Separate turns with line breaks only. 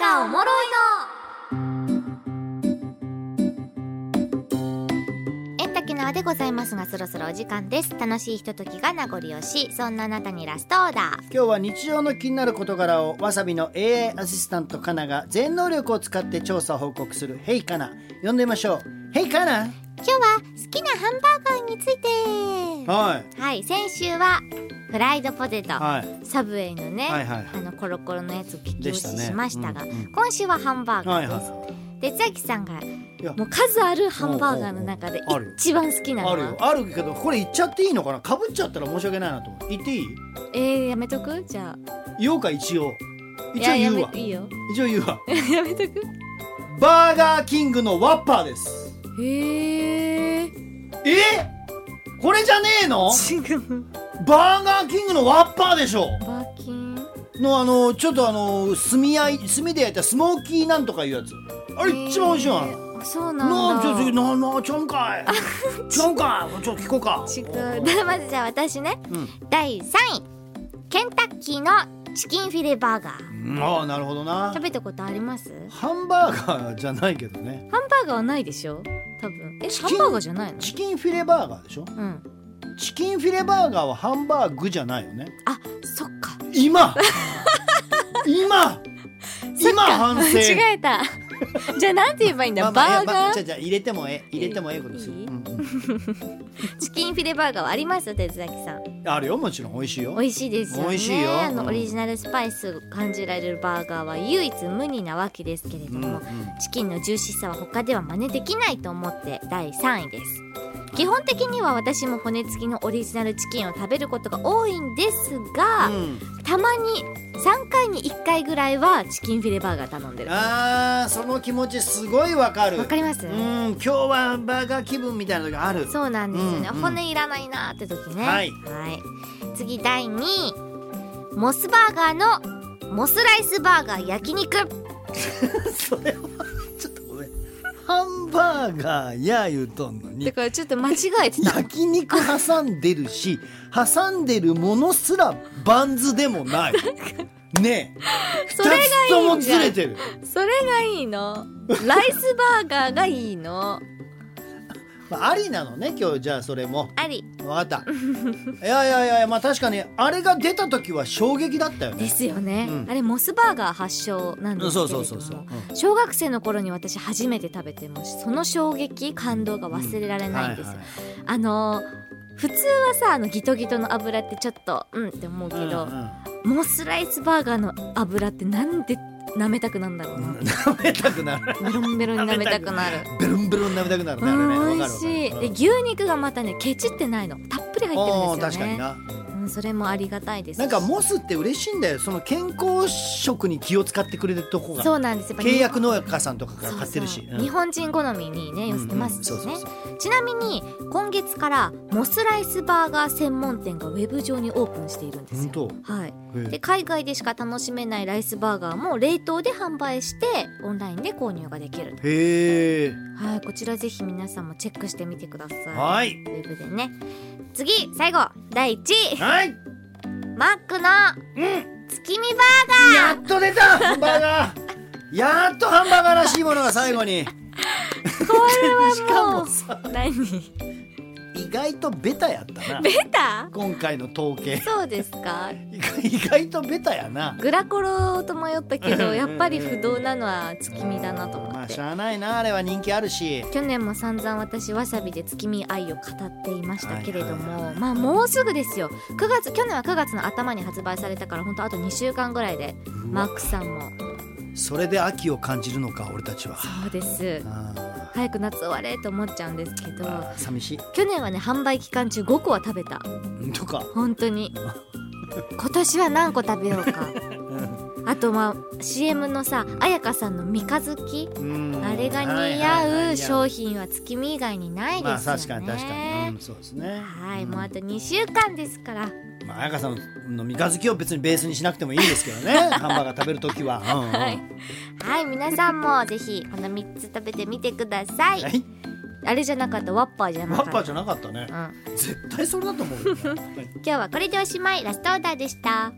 がおもろいのエンタケナワでございますがそろそろお時間です楽しいひとときが名残惜しいそんなあなたにラストオーダー
今日は日常の気になる事柄をわさびの AI アシスタントかなが全能力を使って調査報告する「ヘイかな」呼んでみましょう「ヘイかな
今日は好きなハンバーガーについて」
はい
はい先週はフライドポテト、
はい
サブウェイのね、
はいはい
あのコロコロのやつ激推
でし
した
ね
しましたが
うんうん
今週はハンバーガー
はい
です、
は
で千秋さんが
いいや
もう数あるハンバーガーの中で
おうおうおうある
一番好きなの
ある
は
よあるけどこれ言っちゃっていいのかなかぶっちゃったら申し訳ないなと思って言っていい
えー、やめとくじゃあ
言おうか一応一応
いや
言う
や
わ
めいいよ
一応言うわ
やめとく
バーガーキングのワッパーです
へえー、
えこれじゃねえの
違う
バーガーキングのワッパーでしょ
バーキン
のあのちょっとあの炭やい炭で焼いたスモーキーなんとかいうやつあれ一番美味しいわ
えーあそうなんだ
なあちょちょななちょんかいちょんかいちょっと聞こうか
違う だからまずじゃあ私ね第3位ケンタッキーのチキンフィレバーガー
うんああなるほどな
食べたことあります
ハンバーガーじゃないけどね
ハンバーガーはないでしょ多分え
チ
ハ
キン
ンバーガーじゃないの
チキンフィレバーガーでしょ
うん
チキンフィレバーガーはハンバーグじゃないよね
あそっか
今今
そっ
今
か
反省
間違えたじゃあなんて言えばいいんだ、
まあま
バ
あ
ーガー、
いやまあじゃあじゃあ入れてもええ入れてもええことする、
いい
うんうん
チキンフィレバーガーはあります手崎さん
あるよもちろん美味しいよ
美味しいですよね
美味しいよ
あ
う
の
ん
オリジナルスパイスを感じられるバーガーは唯一無二なわけですけれど
うんうん
も、チキンのジューシーさは他では真似できないと思って第3位です基本的には私も骨付きのオリジナルチキンを食べることが多いんですが、
うん
たまに3回に1回ぐらいはチキンフィレバーガー頼んでるわ
あーその気持ちすごいわかる
かります、
うん今日はバーガー気分みたいな時ある
そうなんですよね、
うんうん
骨いらないなーって時ね
はい
はい次第2位モスバーガーのモスライスバーガー焼肉
それはちょっとごめんハンバーガーや言うとんのに
だからちょっと間違えてた
焼肉挟んでるし挟んでるものすらバンズでもないねえ
それがいい
二つともずれてる
それがいいのライスバーガーがいいの
まあ、ありなのね今日じゃあそれも
あり
わかったいやいやいやいやまあ確かにあれが出た時は衝撃だったよ
で
ね
すよね、
うん
あれモスバーガー発祥なんですけれども
うんそうそうそうそうう
小学生の頃に私初めて食べてもその衝撃感動が忘れられないんですよ、あのー普通はさあのギトギトの油ってちょっとうんって思うけ
はい
ど、
はい
モスライスバーガーの油ってなんで舐めたくなんだろう
うんうん
な、
舐めたくなる
ベロンベロンに舐めたくなる
ベロンベロン舐めたくなる
う
ねあれ
ん
ね
美味
わかるわ
し
かる
いで
うん
牛肉がまたねケチってないのたっぷり入ってるん
あ
で
ー
す
確
よ
か
ね
にな
うん、それもありがたいです
なんかモスって嬉しいんだよその健康食に気を使ってくれるとこが
そうなんですやっぱ
契約農家さんとかから
そう
買ってるし
そう
うん
日本人好みにね寄せてますし
うんうんそう
ね
そう
ちなみに今月からモスライスバーガー専門店がウェブ上にオープンしているんですよ
本
はい
へえ
で海外でしか楽しめないライスバーガーも冷凍で販売してオンラインで購入ができると
へえ
はいこちらぜひ皆さんもチェックしてみてください
はい
ウェブでね次最後第1位
はい
マックの月見バ
やっと出たハンバーガーやっとハンバーガーらしいものが最後
ー
に
ガーこ
し
れ
か
はも
も
う
さ
何
意外とベタ やったな
ベタ
今回の統計
そうですか
意外意外とベタやな
グラコロと迷ったけ
うんうんう
ど
ん
やっぱり不動なのは月見だなと思
ま
っ
あ
て
しゃあないなあれは人気あるし
去年も散々私わさびで月見愛を語っていましたけれど
はいはいは
も
い
まあもうすぐですよ9月去年は9月の頭に発売されたから本当あと2週間ぐらいでマークさんも
それで秋を感じるのか俺たちは
そうです
あ
早く夏終われと思っちゃうんですけ
ー
ど
あー寂しい
去年はね販売期間中5個は食べた
うんとか
本当 に今年は何個食べようかあとまあ CM のさ彩香さんの三日月
うん
あれが似合う商品は月見以外にないで
まあ
すよね。
確かに確かに、うん、そうですね
はい、
うん
もうあと2週間ですから
まあ彩香さんの三日月を別にベースにしなくてもいいんですけどね ハンバーガー食べる時は、うんうん
はいはい皆さんもぜひこの3つ食べてみてください、
はい
あれじゃなかったワッパーじゃなか
ワ
っ
ッ
た
パーじゃなかったね
うん、
絶対それだと思うよ、ねはい
今日はこれでおしまいラストオーダーでした